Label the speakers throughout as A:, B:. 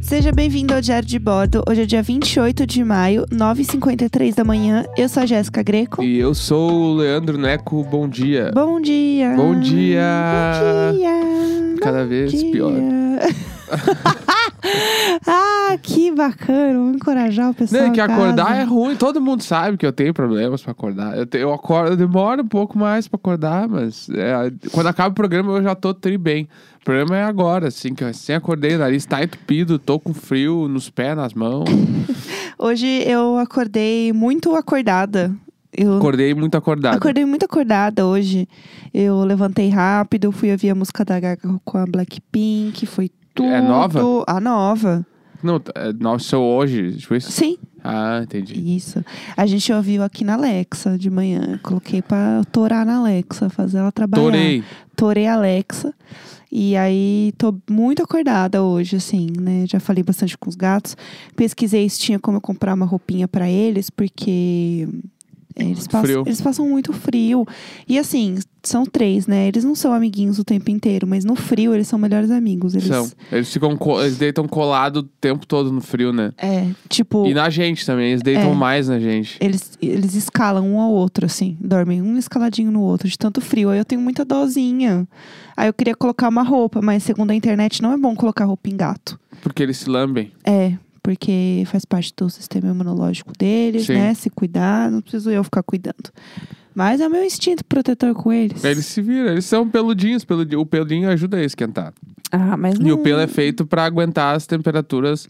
A: Seja bem-vindo ao Diário de Bordo. Hoje é dia 28 de maio, 9h53 da manhã. Eu sou a Jéssica Greco.
B: E eu sou o Leandro Neco, bom dia.
A: Bom dia!
B: Bom dia!
A: Bom dia!
B: Cada vez pior.
A: ah, que bacana. Vamos encorajar o pessoal.
B: Não, que
A: em casa.
B: acordar é ruim, todo mundo sabe que eu tenho problemas pra acordar. Eu, te- eu acordo, eu demoro um pouco mais pra acordar, mas é, quando acaba o programa eu já tô tri bem. O problema é agora, assim, que eu assim acordei, o nariz tá entupido, tô com frio nos pés, nas mãos.
A: Hoje eu acordei muito acordada. Eu
B: Acordei muito acordado.
A: acordei muito acordada hoje. Eu levantei rápido, fui ouvir a música da Gaga com a Blackpink, foi tudo.
B: É nova?
A: A nova.
B: Não, t- é, não, sou hoje, tipo isso.
A: Sim,
B: Ah, entendi.
A: Isso. A gente ouviu aqui na Alexa de manhã. Coloquei pra torar na Alexa, fazer ela trabalhar.
B: Torei.
A: Torei a Alexa. E aí, tô muito acordada hoje, assim, né? Já falei bastante com os gatos. Pesquisei se tinha como eu comprar uma roupinha pra eles, porque. é, Eles passam,
B: Frio.
A: eles passam muito frio. E assim, são três, né? Eles não são amiguinhos o tempo inteiro, mas no frio eles são melhores amigos. Eles,
B: São. Eles ficam, co- eles deitam colado o tempo todo no frio, né?
A: É, tipo.
B: E na gente também, eles deitam
A: É.
B: mais na gente.
A: Eles, eles escalam um ao outro, assim. Dormem um escaladinho no outro, de tanto frio. Aí eu tenho muita dozinha. Aí eu queria colocar uma roupa, mas segundo a internet, não é bom colocar roupa em gato.
B: Porque eles se lambem.
A: É, porque faz parte do sistema imunológico deles,
B: Sim.
A: né? Se cuidar, não preciso eu ficar cuidando. Mas é o meu instinto protetor com eles.
B: Eles se viram, eles são peludinhos, peludi- o pelinho ajuda a esquentar.
A: Ah, mas não...
B: E o pelo é feito pra aguentar as temperaturas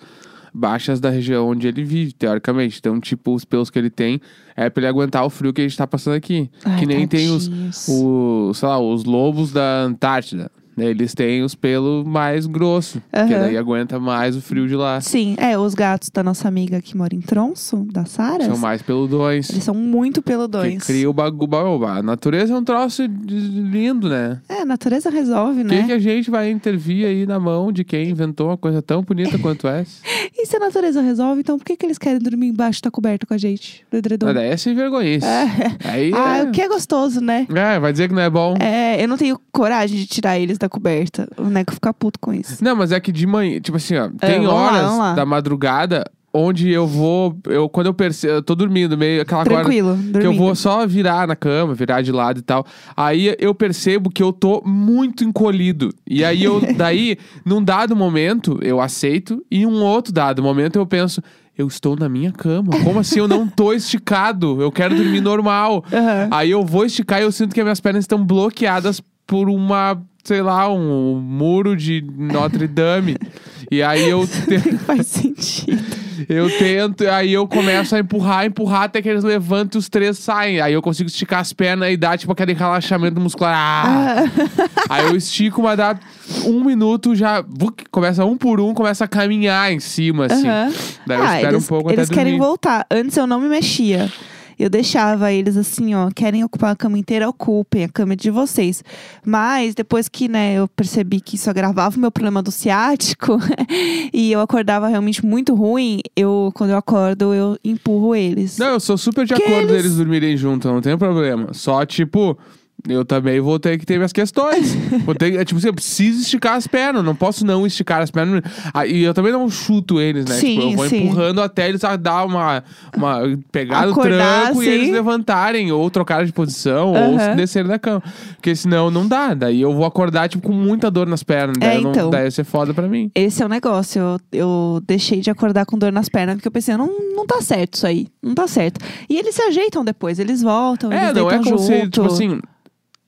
B: baixas da região onde ele vive, teoricamente. Então, tipo, os pelos que ele tem é pra ele aguentar o frio que a gente tá passando aqui.
A: Ai,
B: que nem tem os,
A: tadinhos.
B: o, sei lá, os lobos da Antártida. né? Eles têm os pelos mais grossos, que
A: Aham.
B: daí aguenta mais o frio de lá.
A: Sim, é, os gatos da nossa amiga que mora em Tronso, da Sara.
B: São mais peludões.
A: Eles são muito peludões.
B: Que cria o bagulho. A natureza é um troço de- lindo, né?
A: É, a natureza resolve,
B: Por
A: né?
B: que, que a gente vai intervir aí na mão de quem inventou uma coisa tão bonita quanto essa?
A: E se a natureza resolve, então por que, que eles querem dormir embaixo da coberta com a gente? Do edredom?
B: Mas daí é sem vergonhice.
A: É.
B: Aí,
A: Ah,
B: é...
A: o que é gostoso, né?
B: É, vai dizer que não é bom.
A: É, eu não tenho coragem de tirar eles da coberta. né, O Neco fica puto com isso.
B: Não, mas é que de manhã, tipo assim, ó, tem
A: É, vamos lá,
B: horas
A: vamos lá.
B: da madrugada onde eu vou, eu quando eu percebo, eu tô dormindo meio aquela hora
A: Tranquilo, dormindo.
B: que eu vou só virar na cama, virar de lado e tal. Aí eu percebo que eu tô muito encolhido. E aí eu daí num dado momento eu aceito e em um outro dado momento eu penso eu estou na minha cama. Como assim eu não tô esticado? Eu quero dormir normal.
A: Aham.
B: Aí eu vou esticar e eu sinto que as minhas pernas estão bloqueadas por uma, sei lá, um muro de Notre Dame. e aí eu, te-
A: Nem faz sentido.
B: eu tento, aí eu começo a empurrar, empurrar até que eles levantam e os três saem. Aí eu consigo esticar as pernas e dar tipo aquele relaxamento muscular. Ah! Aí eu estico, mas dá um minuto já. vuc, Começa um por um, começa a caminhar em cima, assim.
A: Aham.
B: Daí eu
A: Ah,
B: espero
A: eles,
B: um pouco
A: eles
B: até
A: querem
B: dormir.
A: voltar. Antes eu não me mexia. Eu deixava eles assim, ó, querem ocupar a cama inteira, ocupem a cama é de vocês. Mas depois que, né, eu percebi que isso agravava o meu problema do ciático e eu acordava realmente muito ruim, eu quando eu acordo, eu empurro eles.
B: Não, eu sou super de
A: Que
B: acordo
A: eles-
B: deles dormirem junto, não tem problema. Só, tipo, eu também vou ter que ter minhas questões. vou ter, é, tipo, assim, eu preciso esticar as pernas, não posso não esticar as pernas. Ah, E eu também não chuto eles, né?
A: Sim,
B: tipo, eu vou
A: sim.
B: empurrando até eles a dar uma. uma pegar
A: Acordar,
B: o tranco e
A: sim.
B: eles levantarem, ou trocar de posição, ou
A: Aham.
B: se descerem da cama. Porque senão não dá. Daí eu vou acordar, tipo, com muita dor nas pernas.
A: É,
B: Daí, eu não-
A: então.
B: daí vai ser foda pra mim.
A: Esse é o negócio. Eu, eu deixei de acordar com dor nas pernas, porque eu pensei, não, não tá certo isso aí. Não tá certo. E eles se ajeitam depois, eles voltam,
B: É,
A: eles
B: não é
A: deitam
B: como se,
A: junto.
B: tipo assim,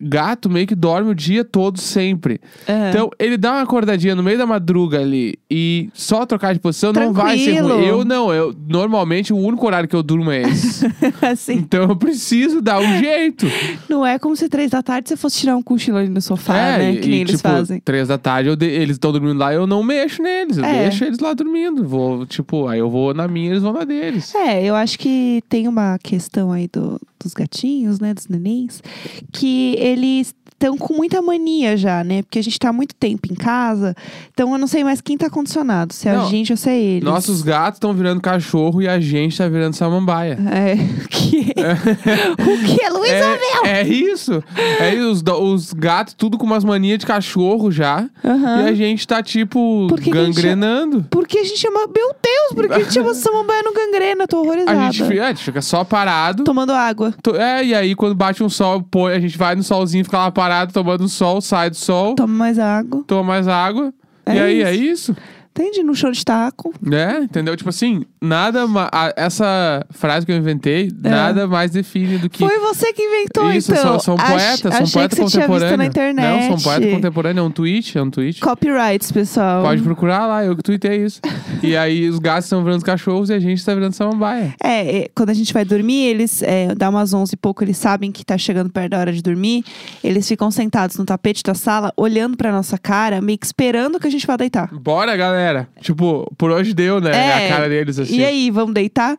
B: gato meio que dorme o dia todo sempre.
A: É.
B: Então, ele dá uma acordadinha no meio da madruga ali e só trocar de posição não vai ser ruim.
A: Tranquilo.
B: Eu não, eu normalmente o único horário que eu durmo é esse.
A: assim.
B: então eu preciso dar um jeito.
A: Não é como se três da tarde você fosse tirar um cochilo ali no sofá,
B: é,
A: né?
B: e,
A: que nem
B: e,
A: eles
B: tipo,
A: fazem.
B: Três da tarde eu de- eles estão dormindo lá, eu não mexo neles, eu
A: É.
B: deixo eles lá dormindo. Vou, tipo, aí eu vou na minha, eles vão na deles.
A: É, eu acho que tem uma questão aí do- dos gatinhos, né? Dos nenéns, que eles estão com muita mania já, né? Porque a gente tá há muito tempo em casa. Então eu não sei mais quem tá condicionado. Se é
B: Não.
A: a gente ou se é eles.
B: Nossos gatos estão virando cachorro e a gente tá virando samambaia.
A: É, o quê? o quê? Luiz Abel?
B: É, é isso. É isso. Os, do- os gatos, tudo com umas manias de cachorro já.
A: Aham.
B: E a gente tá, tipo,
A: Por que que a gente-
B: gangrenando.
A: Por que a gente chama... Meu Deus, por que a gente chama samambaia no gangrena? Tô
B: A
A: horrorizada.
B: gente, fi- é, a gente fica só parado.
A: Tomando água.
B: To- É, e aí quando bate um sol, põe- a gente vai no solzinho, fica lá parado, tomando um sol, sai do sol,
A: Toma mais água.
B: toma mais água.
A: É
B: e aí
A: isso.
B: é isso,
A: Entende? No show de taco.
B: né? Entendeu? Tipo assim, nada ma- a- Essa frase que eu inventei, nada mais define do que.
A: É. Foi você que inventou,
B: isso,
A: então.
B: são, são
A: Ach-
B: poetas, são
A: achei
B: poetas
A: que você tinha visto
B: contemporâneos.
A: na internet.
B: Não, são poetas contemporâneos, é um tweet, é um tweet.
A: Copyrights, pessoal.
B: Pode procurar lá, eu que tuitei isso. e aí os gatos estão virando os cachorros e a gente tá virando samambaia.
A: É, é, quando a gente vai dormir, eles, é, dá umas 11 e pouco, eles sabem que tá chegando perto da hora de dormir. Eles ficam sentados no tapete da sala, olhando pra nossa cara, meio que esperando que a gente vá deitar.
B: Bora, galera! Tipo, por hoje deu, né?
A: É,
B: A cara deles assim.
A: E aí, vamos deitar?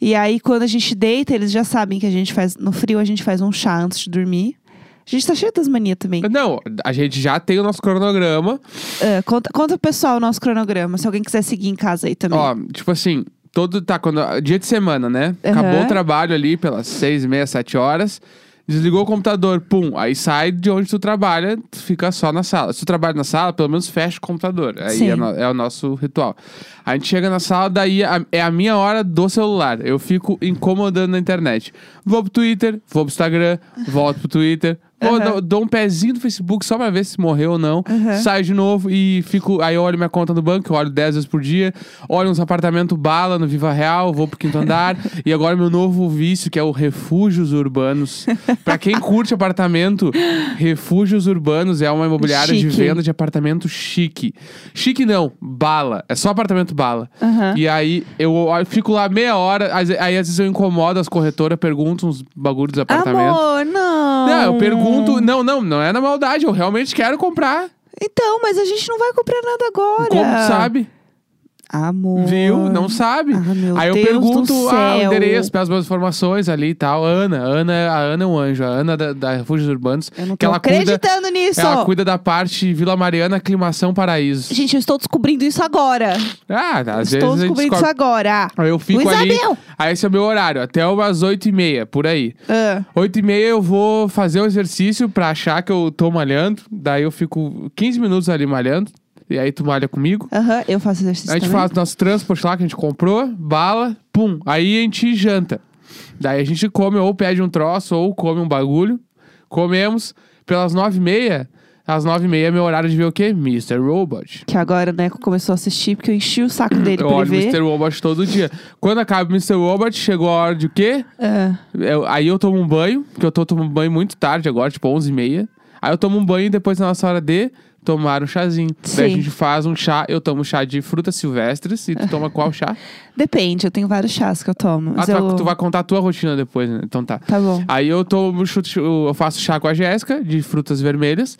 A: E aí, quando a gente deita, eles já sabem que a gente faz. No frio, a gente faz um chá antes de dormir. A gente tá cheio das manias também.
B: Não, a gente já tem o nosso cronograma.
A: Ah, conta, conta pro pessoal o nosso cronograma, se alguém quiser seguir em casa aí também.
B: Ó, tipo assim, todo. Tá, quando. Dia de semana, né?
A: Aham.
B: Acabou o trabalho ali pelas seis, meia, sete horas. Desligou o computador, pum. Aí sai de onde tu trabalha, tu fica só na sala. Se tu trabalha na sala, pelo menos fecha o computador. Aí
A: Sim.
B: é, no- é o nosso ritual. A gente chega na sala, daí a- é a minha hora do celular. Eu fico incomodando na internet. Vou pro Twitter, vou pro Instagram, volto pro Twitter. Vou,
A: Aham.
B: dou, dou um pezinho do Facebook só pra ver se morreu ou não.
A: Aham.
B: Saio de novo e fico. Aí eu olho minha conta no banco, eu olho 10 vezes por dia, olho uns apartamentos bala no Viva Real, vou pro quinto andar. e agora meu novo vício, que é o refúgios urbanos. pra quem curte apartamento, refúgios urbanos é uma imobiliária de
A: Chique.
B: venda de apartamento chique. Chique não, bala. É só apartamento bala.
A: Aham.
B: E aí eu olho- fico lá meia hora, às- aí às vezes eu incomodo as corretoras, pergunto uns bagulho dos apartamentos.
A: Amor, não.
B: Não, eu pergunto. Não, não, não é na maldade. Eu realmente quero comprar.
A: Então, mas a gente não vai comprar nada agora.
B: Como tu sabe?
A: Amor.
B: Viu? Não sabe.
A: Ah, meu
B: Aí eu
A: Deus do
B: pergunto ah, o
A: céu.
B: endereço, peço minhas informações ali e tal. Ana, Ana, a Ana é um anjo, a Ana da, da Refúgios Urbanos.
A: Eu não
B: que
A: tô
B: ela cuida,
A: acreditando nisso.
B: ela cuida da parte Vila Mariana, Aclimação Paraíso.
A: Gente, eu estou descobrindo isso agora.
B: Ah, às
A: estou
B: vezes a gente
A: descobrindo isso
B: descobre.
A: agora.
B: Aí eu fico
A: Luiz
B: ali.
A: Abel!
B: Aí esse é o meu horário, até umas 8h30, por aí.
A: Ah,
B: 8 e meia eu vou fazer o exercício pra achar que eu tô malhando. Daí eu fico 15 minutos ali malhando. E aí tu malha comigo.
A: Aham, eu faço exercício
B: a gente
A: também.
B: faz nosso transporte lá que a gente comprou, bala, pum. Aí a gente janta. Daí a gente come ou pede um troço ou come um bagulho. Comemos pelas 9 e meia. Às 9 e meia é meu horário de ver o quê? Mr. Robot.
A: Que agora o Neco começou a assistir, porque eu enchi o saco dele
B: Eu
A: pra
B: olho
A: ele ver.
B: Mr. Robot todo dia. Quando acaba o Mr. Robot, chegou a hora de o quê?
A: Ah,
B: Eu- aí eu tomo um banho, porque eu tô tomando banho muito tarde agora, tipo 11 e meia. Aí eu tomo um banho e depois na nossa hora de tomar um chazinho. Daí a
A: Sim.
B: gente faz um chá, eu tomo chá de frutas silvestres e tu toma qual chá?
A: Depende, eu tenho vários chás que eu tomo.
B: Ah,
A: mas
B: tu,
A: eu...
B: tu vai contar a tua rotina depois, né? Então tá.
A: Tá bom.
B: Aí eu tomo, chute- eu faço chá com a Jéssica, de frutas vermelhas.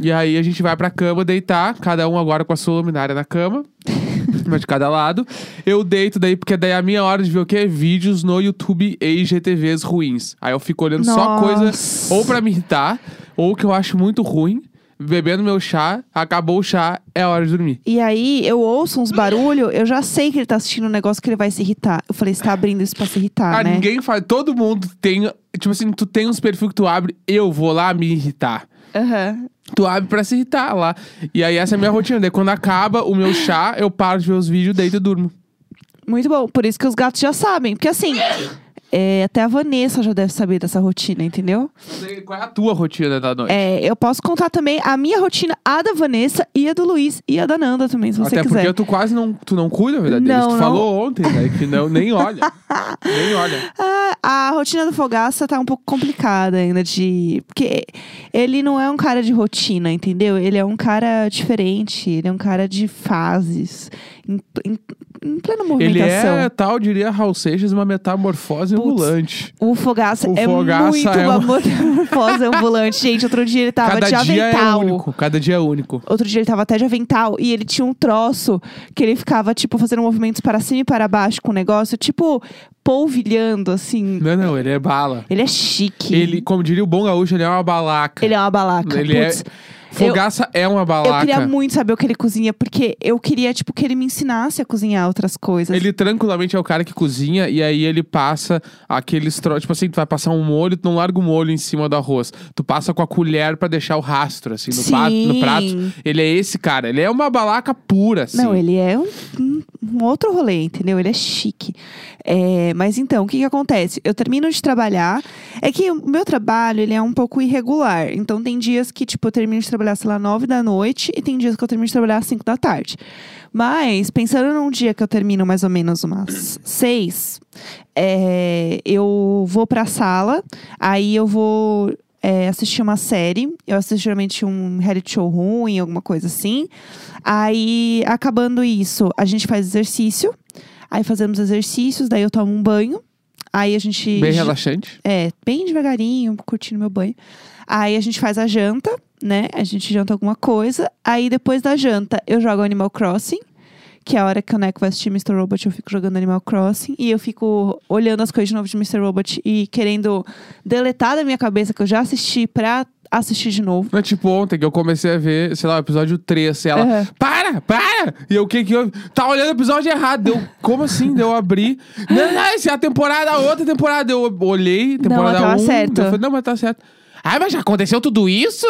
B: E aí a gente vai pra cama deitar, cada um agora com a sua luminária na cama. uma de cada lado. Eu deito daí, porque daí é a minha hora de ver o quê? Vídeos no YouTube e IGTVs ruins. Aí eu fico olhando só
A: Nossa.
B: coisa ou pra me irritar, ou que eu acho muito ruim. Bebendo meu chá, acabou o chá, é hora de dormir.
A: E aí eu ouço uns barulhos, eu já sei que ele tá assistindo um negócio que ele vai se irritar. Eu falei, você tá abrindo isso pra se irritar,
B: Ah,
A: né?
B: ninguém faz. Todo mundo tem. Tipo assim, tu tem uns perfis que tu abre, eu vou lá me irritar.
A: Aham.
B: Tu abre pra se irritar lá. E aí essa é a minha rotina. Daí quando acaba o meu chá, eu paro de ver os vídeos, deito e durmo.
A: Muito bom, por isso que os gatos já sabem. Porque assim, é, até a Vanessa já deve saber dessa rotina, entendeu?
B: Qual é a tua rotina da noite?
A: É, eu posso contar também a minha rotina, a da Vanessa e a do Luiz e a da Nanda também, se você
B: Até
A: quiser.
B: porque tu quase não, tu não cuida, na verdade, deles.
A: Não,
B: Tu
A: não.
B: falou ontem, né? Que não, nem olha. nem olha.
A: Ah, a rotina do Fogaça tá um pouco complicada ainda de. Porque ele não é um cara de rotina, entendeu? Ele é um cara diferente, ele é um cara de fases. Em- em- em plena
B: Ele
A: movimentação.
B: é, tal diria Raul Seixas, uma metamorfose
A: Putz.
B: ambulante.
A: O Fogaça
B: O
A: é
B: Fogaça
A: muito
B: é
A: uma
B: um-
A: metamorfose ambulante. Gente, outro dia ele tava
B: Cada
A: de
B: dia é
A: avental.
B: único. Cada dia é único.
A: Outro dia ele tava até de avental e ele tinha um troço que ele ficava, tipo, fazendo movimentos para cima e para baixo com o negócio, tipo, polvilhando, assim.
B: Não, não, ele é bala.
A: Ele é chique.
B: Ele, como diria o bom gaúcho, ele é uma balaca.
A: Ele é uma balaca.
B: Ele é-
A: Putz,
B: Fogaça é uma
A: eu
B: balaca.
A: queria muito saber o que ele cozinha, porque eu queria, tipo, que ele me ensinasse a cozinhar outras coisas.
B: Ele tranquilamente é o cara que cozinha e aí ele passa aqueles troços. Tipo assim, tu vai passar um molho, tu não larga o molho em cima do arroz. Tu passa com a colher pra deixar o rastro, assim, no,
A: Sim.
B: prato, no prato. Ele é esse cara. Ele é uma balaca pura, assim.
A: Não, ele é um, um- um outro rolê, entendeu? Ele é chique. É, mas então, o que, que acontece? Eu termino de trabalhar. É que o meu trabalho, ele é um pouco irregular. Então, tem dias que, tipo, eu termino de trabalhar, sei lá, nove da noite. E tem dias que eu termino de trabalhar às cinco da tarde. Mas, pensando num dia que eu termino mais ou menos umas seis, é, eu vou pra sala. Aí, eu vou... é, assistir uma série, eu assisto geralmente um reality show ruim, alguma coisa assim. Aí, acabando isso, a gente faz exercício. Aí fazemos exercícios, daí eu tomo um banho. Aí a gente.
B: Bem relaxante.
A: É, bem devagarinho, curtindo meu banho. Aí a gente faz a janta, né? A gente janta alguma coisa. Aí depois da janta, eu jogo Animal Crossing. Que é a hora que o Neco vai assistir Mr. Robot, eu fico jogando Animal Crossing. E eu fico olhando as coisas de novo de Mr. Robot e querendo deletar da minha cabeça que eu já assisti pra assistir de novo.
B: Não é tipo ontem que eu comecei a ver, sei lá, o episódio 3. Ela,
A: Aham.
B: para, para! E eu, o que que eu. Tá olhando o episódio errado. Deu, como assim? Deu abrir. Não, não, essa é a temporada, a outra temporada. Eu olhei,
A: mas
B: temporada
A: tava
B: 1.
A: certo.
B: Eu falei, não, mas tá certo. Ah, mas já aconteceu tudo isso?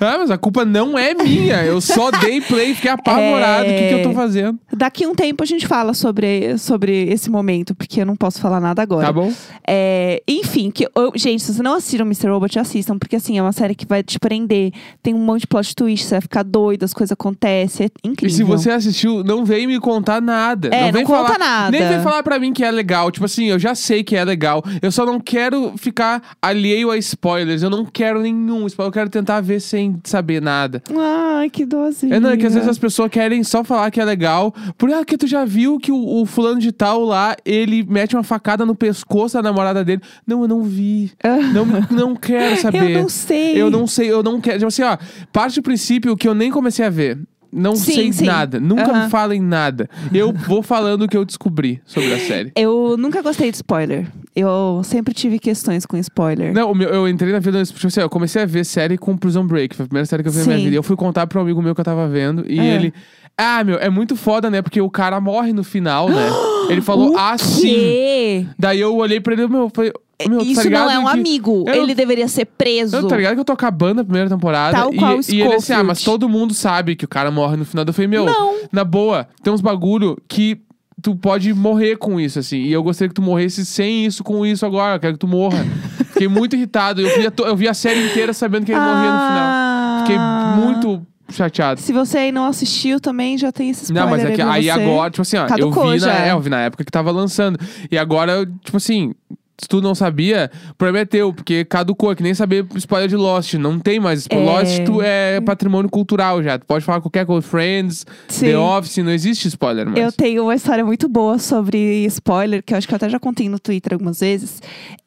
B: Ah, mas a culpa não é minha. Eu só dei play e fiquei apavorado. O que, que
A: É.
B: eu tô fazendo?
A: Daqui um tempo a gente fala sobre, sobre esse momento, porque eu não posso falar nada agora.
B: Tá bom?
A: É, enfim, que eu- gente, se vocês não assistiram Mr. Robot, assistam, porque assim, é uma série que vai te prender. Tem um monte de plot twist, você vai ficar doido, as coisas acontecem, é incrível.
B: E se você assistiu, não vem me contar nada.
A: É,
B: não vem
A: não conta
B: falar,
A: nada.
B: Nem vem falar pra mim que é legal. Tipo assim, eu já sei que é legal. Eu só não quero ficar alheio a spoilers. Eu não quero nenhum spoiler. Eu quero tentar ver sem saber nada.
A: Ai, que dozinha.
B: É, não, é que às vezes as pessoas querem só falar que é legal. Por ah, que tu já viu que o, o fulano de tal lá, ele mete uma facada no pescoço da namorada dele. Não, eu não vi. não, não quero saber.
A: Ah. Eu não sei.
B: Eu não sei, eu não quero. Tipo assim, ó, parte do princípio que eu nem comecei a ver. Não
A: Sim,
B: sei
A: sim.
B: nada. Nunca
A: Aham.
B: me falem nada. Eu vou falando o que eu descobri sobre a série.
A: Eu nunca gostei de spoiler. Eu sempre tive questões com spoiler.
B: Não, o meu- eu entrei na vida. Tipo assim, ó, eu comecei a ver série com Prison Break. Foi a primeira série que eu vi na minha
A: Sim.
B: vida. E eu fui contar pra um amigo meu que eu tava vendo. E
A: É.
B: ele. Ah, meu, é muito foda, né? Porque o cara morre no final, né? ele falou
A: O
B: assim.
A: quê?
B: Daí eu olhei pra ele, meu, falei, meu, tá
A: Isso não
B: ligado
A: é um
B: que-
A: amigo.
B: Eu-
A: Ele deveria ser preso.
B: Eu, tá ligado que eu tô acabando a primeira temporada.
A: Tal
B: e,
A: qual
B: e ele assim, ah,
A: Scofield.
B: mas todo mundo sabe que o cara morre no final do filme. Meu,
A: Não.
B: na boa, tem uns bagulho que tu pode morrer com isso, assim. E eu gostaria que tu morresse sem isso, com isso agora. Eu quero que tu morra. Fiquei muito irritado. Eu vi, a, to- eu vi a série inteira sabendo que ele morria no final. Fiquei
A: Ah.
B: muito chateado.
A: Se você aí não assistiu também, já tem esse spoiler.
B: Não, mas é que
A: pra
B: aí
A: você.
B: agora, tipo assim, ó, eu
A: Caducou
B: vi, na,
A: já.
B: é, eu vi na época que tava lançando. E agora, tipo assim, se tu não sabia, o problema é teu, porque caducou, é que nem saber spoiler de Lost. Não tem mais. spoiler.
A: É.
B: Lost tu é patrimônio cultural já. Tu pode falar qualquer coisa, Friends,
A: Sim.
B: The Office, não existe spoiler mais.
A: Eu tenho uma história muito boa sobre spoiler, que eu acho que eu até já contei no Twitter algumas vezes.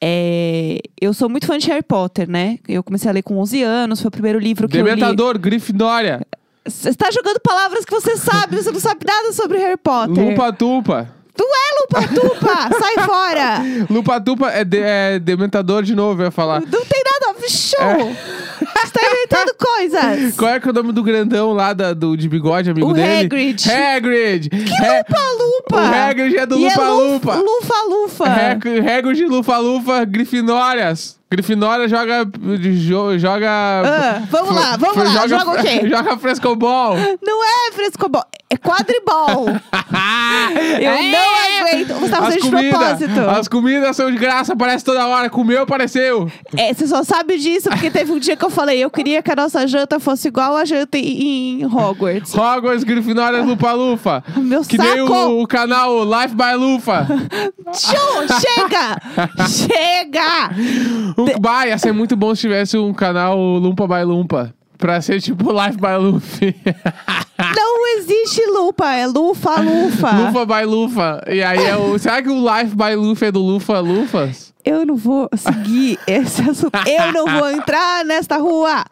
A: É, Eu sou muito fã de Harry Potter, né? Eu comecei a ler com 11 anos, foi o primeiro livro que eu li.
B: Dementador, Grifindória,
A: Você está jogando palavras que você sabe, você não sabe nada sobre Harry Potter.
B: Lupa Tupa.
A: Tu é Lupa Tupa! Sai fora!
B: Lupa Tupa é, de- é Dementador de novo, eu ia falar.
A: Não tem nada, a ver, show!
B: É.
A: Você tá inventando coisas!
B: Qual é que é o nome do grandão lá da- do, de bigode, amigo
A: O
B: dele?
A: Hagrid.
B: Hagrid!
A: Que
B: He-
A: lupa-lupa!
B: O Hagrid é do É.
A: E
B: lupa-lupa.
A: É Lufa-lufa!
B: Rec- Recorde de lufa-lufa, grifinórias. Grifinória joga. jo- joga.
A: Ah, vamos lá, vamos
B: fre-
A: lá, joga o quê?
B: Joga frescobol.
A: Não é frescobol, é quadribol. Eu não aguento. Você tá
B: Ah, é, As
A: fazendo de
B: comida-
A: propósito.
B: As comidas são de graça, aparece toda hora. Comeu, apareceu.
A: É, você só sabe disso porque teve um dia que eu falei: eu queria que a nossa janta fosse igual a janta em, em Hogwarts.
B: Hogwarts, Grifinória, Lupa-Lufa.
A: Meu
B: que nem
A: saco!
B: o, o canal Life by Lufa.
A: Tchau, chega! chega!
B: O, Um, bah, ia ser muito bom se tivesse um canal Lumpa by Lumpa. Pra ser tipo Life by Luffy.
A: Não existe lupa, é lufa, lufa.
B: Lufa by Lufa. E aí é o. Será que o Life by Lufa é do Lufa Lufas?
A: Eu não vou seguir esse assunto. Eu não vou entrar nesta rua.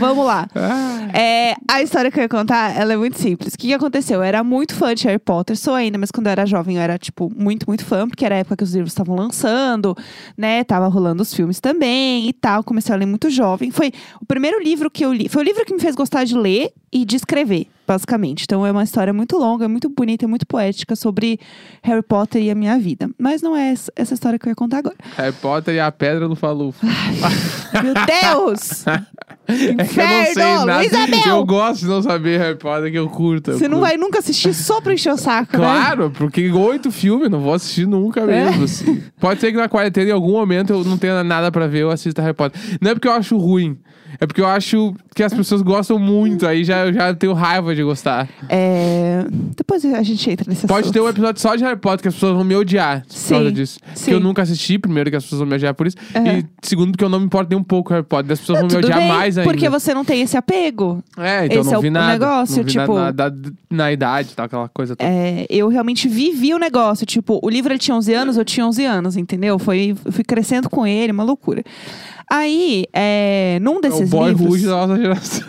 A: Vamos lá.
B: Ah.
A: É, a história que eu ia contar, ela é muito simples. O que, que aconteceu? Eu era muito fã de Harry Potter, sou ainda, mas quando eu era jovem eu era, tipo, muito, muito fã, porque era a época que os livros estavam lançando, né? Tava rolando os filmes também e tal. Comecei a ler muito jovem. Foi o primeiro livro que eu li. Foi o livro que me fez gostar de ler e de escrever, basicamente. Então é uma história muito longa, muito bonita, muito poética sobre Harry Potter e a minha vida. Mas não é essa essa história que eu ia contar agora.
B: Harry Potter e a Pedra do Falufa.
A: Meu Deus!
B: É que eu não sei
A: Inferno!
B: nada.
A: Isabel!
B: Eu gosto de não saber Harry Potter, que eu curto. eu
A: Você não
B: curto.
A: vai nunca assistir só pra encher o saco, né?
B: Claro, porque oito filmes, não vou assistir
A: É.
B: nunca mesmo. assim. Pode ser que na quarentena, em algum momento, eu não tenha nada pra ver, eu assista Harry Potter. Não é porque eu acho ruim, é porque eu acho que as pessoas gostam muito, aí já, eu já tenho raiva de gostar.
A: É, Depois a gente entra nesse
B: Pode
A: assunto.
B: ter um episódio só de Harry Potter que as pessoas vão me odiar por
A: Sim,
B: causa disso.
A: sim.
B: Que eu nunca assisti, primeiro, que as pessoas vão me odiar por isso.
A: Aham.
B: E segundo, porque eu não me importo nem um pouco com Harry Potter. As pessoas vão me
A: Tudo
B: odiar
A: bem,
B: mais ainda.
A: Porque você não tem esse apego.
B: É, então
A: Esse
B: não
A: é o-
B: vi
A: o
B: nada.
A: negócio,
B: não vi
A: tipo-
B: Nada, na, na idade, e tal, aquela coisa toda.
A: É, eu realmente vivi o negócio. Tipo, o livro ele tinha 11 anos, eu tinha 11 anos, entendeu? Foi, eu fui crescendo com ele, uma loucura. Aí, é, num
B: É o
A: desses
B: boy
A: livros...
B: rude da nossa geração.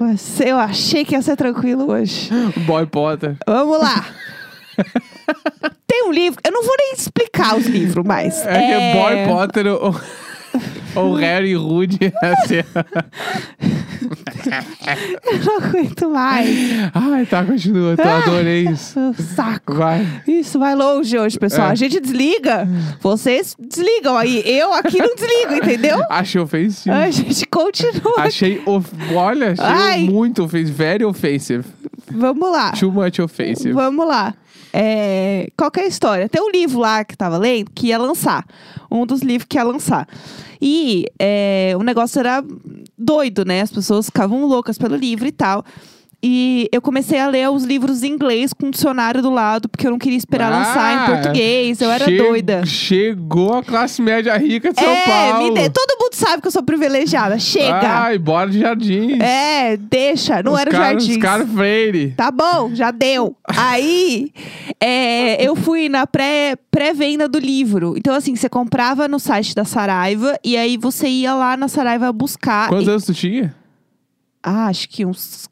A: Nossa, Eu achei que ia ser tranquilo hoje.
B: boy Potter.
A: Vamos lá. Tem um livro, eu não vou nem explicar os livros mais.
B: É, que é Boy Potter ou, ou Harry Rude. assim.
A: Eu não aguento mais.
B: Ai, tá, continua. Tá, adorei isso.
A: Meu Saco.
B: Vai.
A: Isso vai longe hoje, pessoal.
B: É.
A: A gente desliga, vocês desligam aí. Eu aqui não desligo, entendeu?
B: Achei ofensivo.
A: A gente continua.
B: Achei, of... olha, achei
A: Ai.
B: muito ofensivo. Very offensive.
A: Vamos lá.
B: Too much offensive.
A: Vamos lá. É, qual que é a história? Tem um livro lá que tava lendo que ia lançar. Um dos livros que ia lançar. E é, o negócio era doido, né? As pessoas ficavam loucas pelo livro e tal. E eu comecei a ler os livros em inglês com o dicionário do lado, porque eu não queria esperar
B: Ah,
A: lançar em português. Eu era
B: Che-
A: doida.
B: Chegou a classe média rica de São
A: é,
B: Paulo.
A: me dê- todo mundo sabe que eu sou privilegiada. Chega.
B: Ai, bora de jardim.
A: é, deixa. Não
B: os
A: era o
B: caras-
A: jardim.
B: Os caras freire.
A: Tá bom, já deu. Aí, é, eu fui na pré- pré-venda do livro. Então, assim, você comprava no site da Saraiva e aí você ia lá na Saraiva buscar.
B: Quantos
A: Tá, E-
B: anos tu tinha?
A: Ah, acho que uns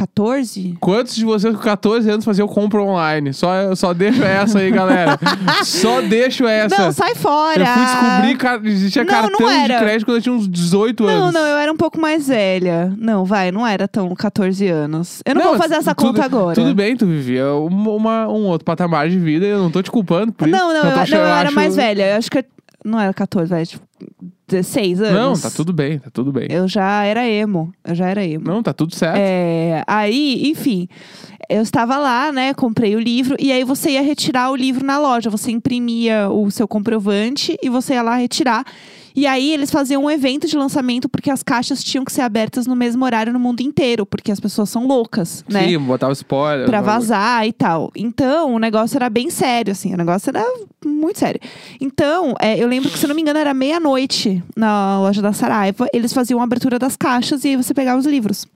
A: 14?
B: Quantos de vocês com 14 anos faziam compra online? Só, só deixo essa aí, galera. só deixo É essa.
A: Não, sai fora!
B: Eu fui descobrir que existia
A: Não,
B: cartão
A: não
B: de
A: era.
B: crédito quando eu tinha uns 18
A: Não,
B: anos.
A: não, eu era um pouco mais velha. Não, vai, não era tão 14 anos. Eu não, vou fazer essa
B: tudo-
A: conta agora.
B: Tudo bem, tu vivia uma, uma- um outro patamar de vida. Eu não tô te culpando por isso. Então
A: Não, não,
B: Só
A: eu,
B: tô
A: não,
B: achando-
A: eu era
B: tá acho-
A: mais velha. Eu acho que eu- não era 14, velho, tipo 16 anos.
B: Não, tá tudo bem, tá tudo bem.
A: Eu já era emo. Eu já era emo.
B: Não, tá tudo certo.
A: É, aí, enfim, eu estava lá, né? Comprei o livro e aí você ia retirar o livro na loja. Você imprimia o seu comprovante e você ia lá retirar. E aí eles faziam um evento de lançamento porque as caixas tinham que ser abertas no mesmo horário no mundo inteiro, porque as pessoas são loucas, né?
B: Sim, botava spoiler.
A: Pra
B: bagulho.
A: vazar e tal. Então, o negócio era bem sério, assim. O negócio era muito sério. Então, é, eu lembro que, se não me engano, era meia-noite na loja da Saraiva. Eles faziam a abertura das caixas e aí você pegava os livros.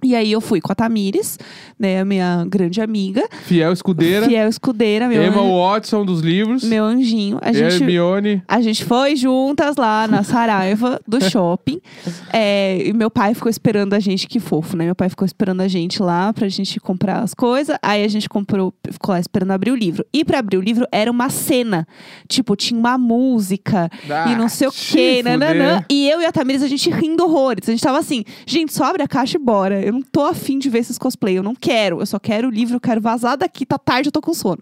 A: E aí eu fui com a Tamires, né, a minha grande amiga,
B: Fiel escudeira.
A: fiel escudeira, meu,
B: Emma
A: an-
B: Watson dos livros.
A: meu anjinho. A gente,
B: Hermione.
A: a gente foi juntas lá na Saraiva do shopping. É, e meu pai ficou esperando a gente, que fofo, né? Meu pai ficou esperando a gente lá pra gente comprar as coisas. Aí a gente comprou, ficou lá esperando abrir o livro. E pra abrir o livro era uma cena. Tipo, tinha uma música
B: Ah,
A: e não sei o
B: se
A: quê. Nananã.
B: fuder.
A: E eu e a Tamires, a gente rindo horrores. A gente tava assim, gente, só abre a caixa e bora. Eu não tô afim de ver esses cosplay. Eu não quero. Eu só quero o livro, eu quero vazar daqui. Tá tarde, eu tô com sono.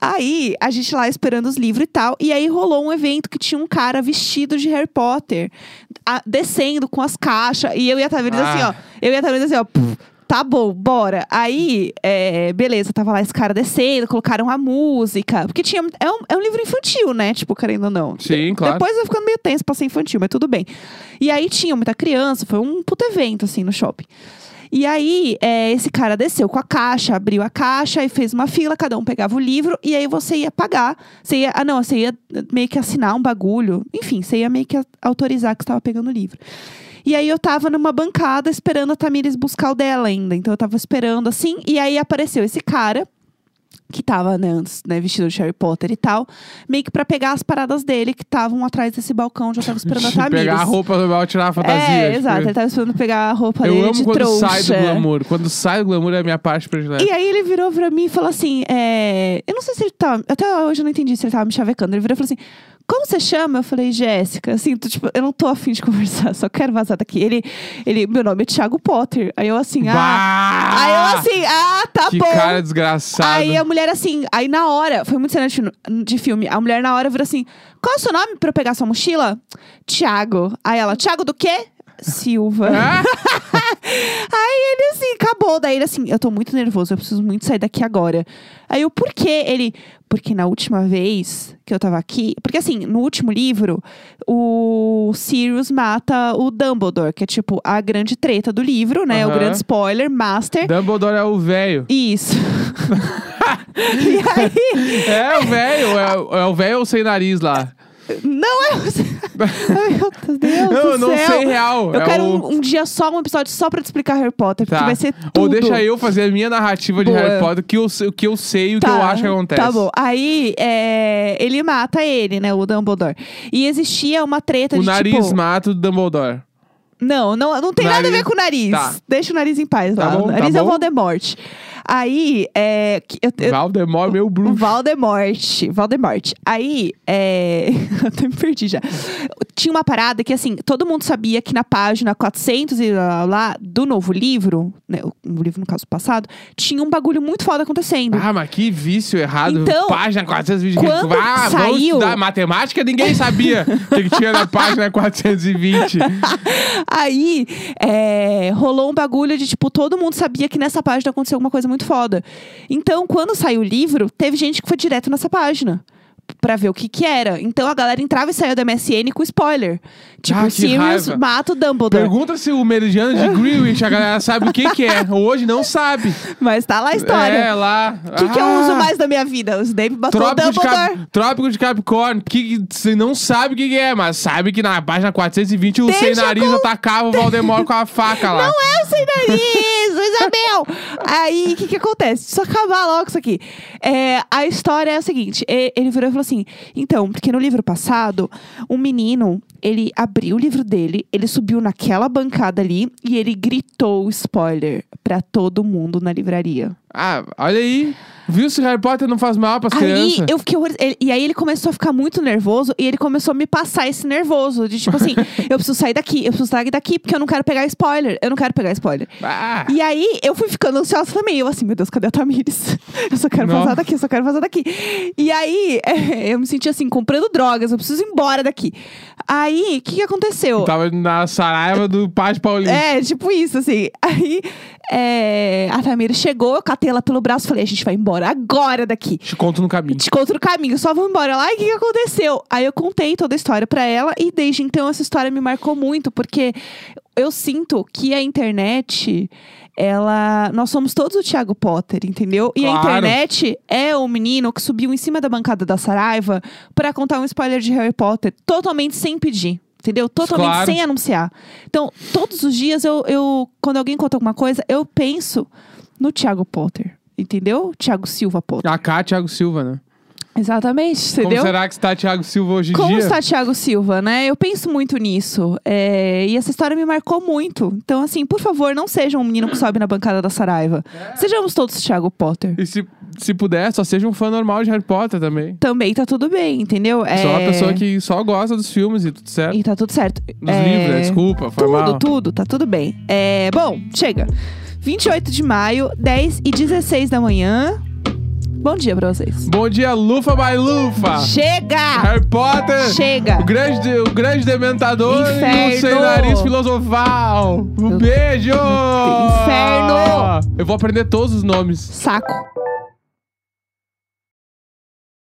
A: Aí, a gente lá esperando os livros e tal. E aí rolou um evento que tinha um cara vestido de Harry Potter a- descendo com as caixas. E eu e a Tamires
B: Ah.
A: assim, ó. Eu e a Tamires assim, ó. puf, Tá bom, bora. Aí, é, beleza, tava lá esse cara descendo, colocaram a música. Porque tinha. É um, é um livro infantil, né? Tipo, querendo ou não.
B: Sim, claro.
A: Depois vai ficando meio tenso pra ser infantil, mas tudo bem. E aí tinha muita criança, foi um puto evento, assim, no shopping. E aí, é, esse cara desceu com a caixa, abriu a caixa e fez uma fila, cada um pegava o livro, e aí você ia pagar. Você ia. Ah, não, você ia meio que assinar um bagulho. Enfim, você ia meio que a- autorizar que você estava pegando o livro. E aí eu tava numa bancada esperando a Tamires buscar o dela ainda. Então eu tava esperando assim. E aí apareceu esse cara. Que tava né, antes, né, vestido de Harry Potter e tal, meio que pra pegar as paradas dele que estavam atrás desse balcão, já tava esperando a Tamires.
B: Pegar a roupa do mal, tirar a fantasia.
A: É,
B: tipo,
A: exato, ele tava esperando pegar a roupa
B: Eu
A: dele
B: amo
A: de
B: quando
A: trouxa.
B: sai do glamour. Quando sai do glamour é a minha parte predileta.
A: E aí ele virou pra mim e falou assim: é, Eu não sei se ele tava. Até hoje eu não entendi se ele tava me chavecando. Ele virou e falou assim: Como você chama? Eu falei, Jéssica, assim, tô, tipo, eu não tô afim de conversar, só quero vazar daqui. Ele, ele, meu nome é Thiago Potter. Aí eu assim, ah.
B: Bah!
A: Aí eu assim, ah, tá
B: que
A: bom.
B: cara desgraçado.
A: Aí a mulher assim, aí na hora, foi muito cena de, de filme, a mulher na hora virou assim: Qual é o seu nome pra eu pegar sua mochila? Tiago. Aí ela, Tiago do quê? Silva.
B: Ah,
A: Aí ele assim, acabou. Daí ele assim, eu tô muito nervoso, eu preciso muito sair daqui agora. Aí eu, por quê? Ele, porque na última vez que eu tava aqui. Porque assim, no último livro, o Sirius mata o Dumbledore, que é tipo a grande treta do livro, né? O
B: Aham.
A: grande spoiler, Master.
B: Dumbledore é o velho.
A: Isso. e aí.
B: É o velho, é, o- é o velho ou sem nariz lá?
A: Não é. Ai, meu Deus
B: não,
A: do
B: eu não
A: céu.
B: sei real.
A: Eu
B: é
A: quero
B: o...
A: um, um dia só, um episódio só pra te explicar Harry Potter,
B: Tá.
A: porque vai ser tudo.
B: Ou deixa eu fazer a minha narrativa de
A: Boa.
B: Harry Potter, que eu, sei- o que eu sei e o que eu acho que acontece.
A: Tá bom. Aí é, ele mata ele, né? O Dumbledore. E existia uma treta
B: O
A: de
B: nariz
A: tipo...
B: mato do Dumbledore.
A: Não, não, não tem nada a ver
B: Nariz-
A: com o nariz.
B: Tá.
A: Deixa o nariz em paz
B: Tá
A: lá.
B: bom,
A: o
B: tá
A: nariz é o
B: bom.
A: Voldemort. Aí, é, que- eu, eu,
B: Valdemar, meu
A: o
B: bruxo.
A: Valdemort. Valdemort. Uhum. Aí, é... eu até me perdi já. Tinha uma parada que, assim, todo mundo sabia que na página 400 e lá, lá, lá do novo livro, né, o o livro, no caso, passado, tinha um bagulho muito foda acontecendo.
B: Ah, mas que vício errado.
A: Uhum. Então,
B: página 420.
A: quando
B: ah,
A: saiu-
B: vamos estudar matemática, ninguém sabia o que, que tinha na página 420.
A: Tá. Aí é, rolou um bagulho de tipo, todo mundo sabia que nessa página aconteceu alguma coisa muito foda. Então, quando saiu o livro, teve gente que foi direto nessa página. Pra ver o que que era. Então a galera entrava e saía da MSN com spoiler. Tipo,
B: Ah, que
A: Sirius
B: raiva.
A: mata o Dumbledore.
B: Pergunta se o meridiano de Greenwich, a galera sabe o que, que é. Hoje não sabe.
A: Mas tá lá a história.
B: É, lá. Ah,
A: O que, que eu uso mais da minha vida? O Snape matou o
B: Trópico de,
A: Dumbledore.
B: Cap... Trópico de Capricórnio, que que você não sabe o que, que é, mas sabe que na página 420 o
A: Deixa
B: sem nariz
A: com-
B: atacava o Valdemar com a faca lá.
A: Não é o sem nariz, Isabel! Aí, o que que acontece? Só acabar logo isso aqui. É, a história é a seguinte. e- Ele virou e falou assim, então, porque no livro passado, um menino, ele abriu o livro dele, ele subiu naquela bancada ali e ele gritou spoiler pra todo mundo na livraria.
B: Ah, olha aí. Viu se Harry Potter não faz mal pras
A: Aí
B: crianças?
A: eu fiquei horror- ele- E aí ele começou a ficar muito nervoso e ele começou a me passar esse nervoso. De tipo assim, eu preciso sair daqui, eu preciso sair daqui, porque eu não quero pegar spoiler. Eu não quero pegar spoiler.
B: Ah,
A: E aí eu fui ficando ansiosa também. Eu assim, meu Deus, cadê a Tamires? Eu só quero
B: Não.
A: vazar daqui, eu só quero vazar daqui. E aí é, eu me senti assim, comprando drogas, eu preciso ir embora daqui. Aí, o que, que aconteceu?
B: Tava na saraiva do Paz Paulista.
A: É, tipo isso, assim. Aí é, a Tamires chegou, eu catei ela pelo braço e falei, a gente vai embora agora daqui.
B: Te conto no caminho.
A: Te conto no caminho, só vamos embora lá. E o que, que aconteceu? Aí eu contei toda a história pra ela e desde então essa história me marcou muito, porque eu sinto que a internet, ela. Nós somos todos o Thiago Potter, entendeu? E
B: Claro.
A: a internet é o menino que subiu em cima da bancada da Saraiva pra contar um spoiler de Harry Potter, totalmente sem pedir. Entendeu? Totalmente
B: Claro.
A: sem anunciar. Então, todos os dias, eu, eu quando alguém conta alguma coisa, eu penso no Thiago Potter. Entendeu? Thiago Silva Potter.
B: A K, Thiago Silva, né?
A: Exatamente, entendeu?
B: Como será que está Thiago Silva hoje em
A: Como
B: dia?
A: está Thiago Silva, né? Eu penso muito nisso. É, E essa história me marcou muito. Então, assim, por favor, não seja um menino que sobe na bancada da Saraiva. Sejamos todos Thiago Potter.
B: E se, se puder, só seja um fã normal de Harry Potter também.
A: Também tá tudo bem, entendeu? É...
B: Só uma pessoa que só gosta dos filmes e tudo certo.
A: E tá tudo certo.
B: Dos
A: É,
B: livros, né? desculpa, foi
A: Tudo,
B: mal.
A: tudo, tá tudo bem. É... Bom, chega. 28 de maio, 10 e 16 da manhã. Bom dia pra vocês.
B: Bom dia, Lufa by Lufa!
A: Chega!
B: Ah. Harry Potter!
A: Chega!
B: O grande, o grande dementador e o
A: Inferno!
B: sem nariz filosofal! Um
A: Meu-
B: beijo!
A: Inferno!
B: Eu vou aprender todos os nomes.
A: Saco.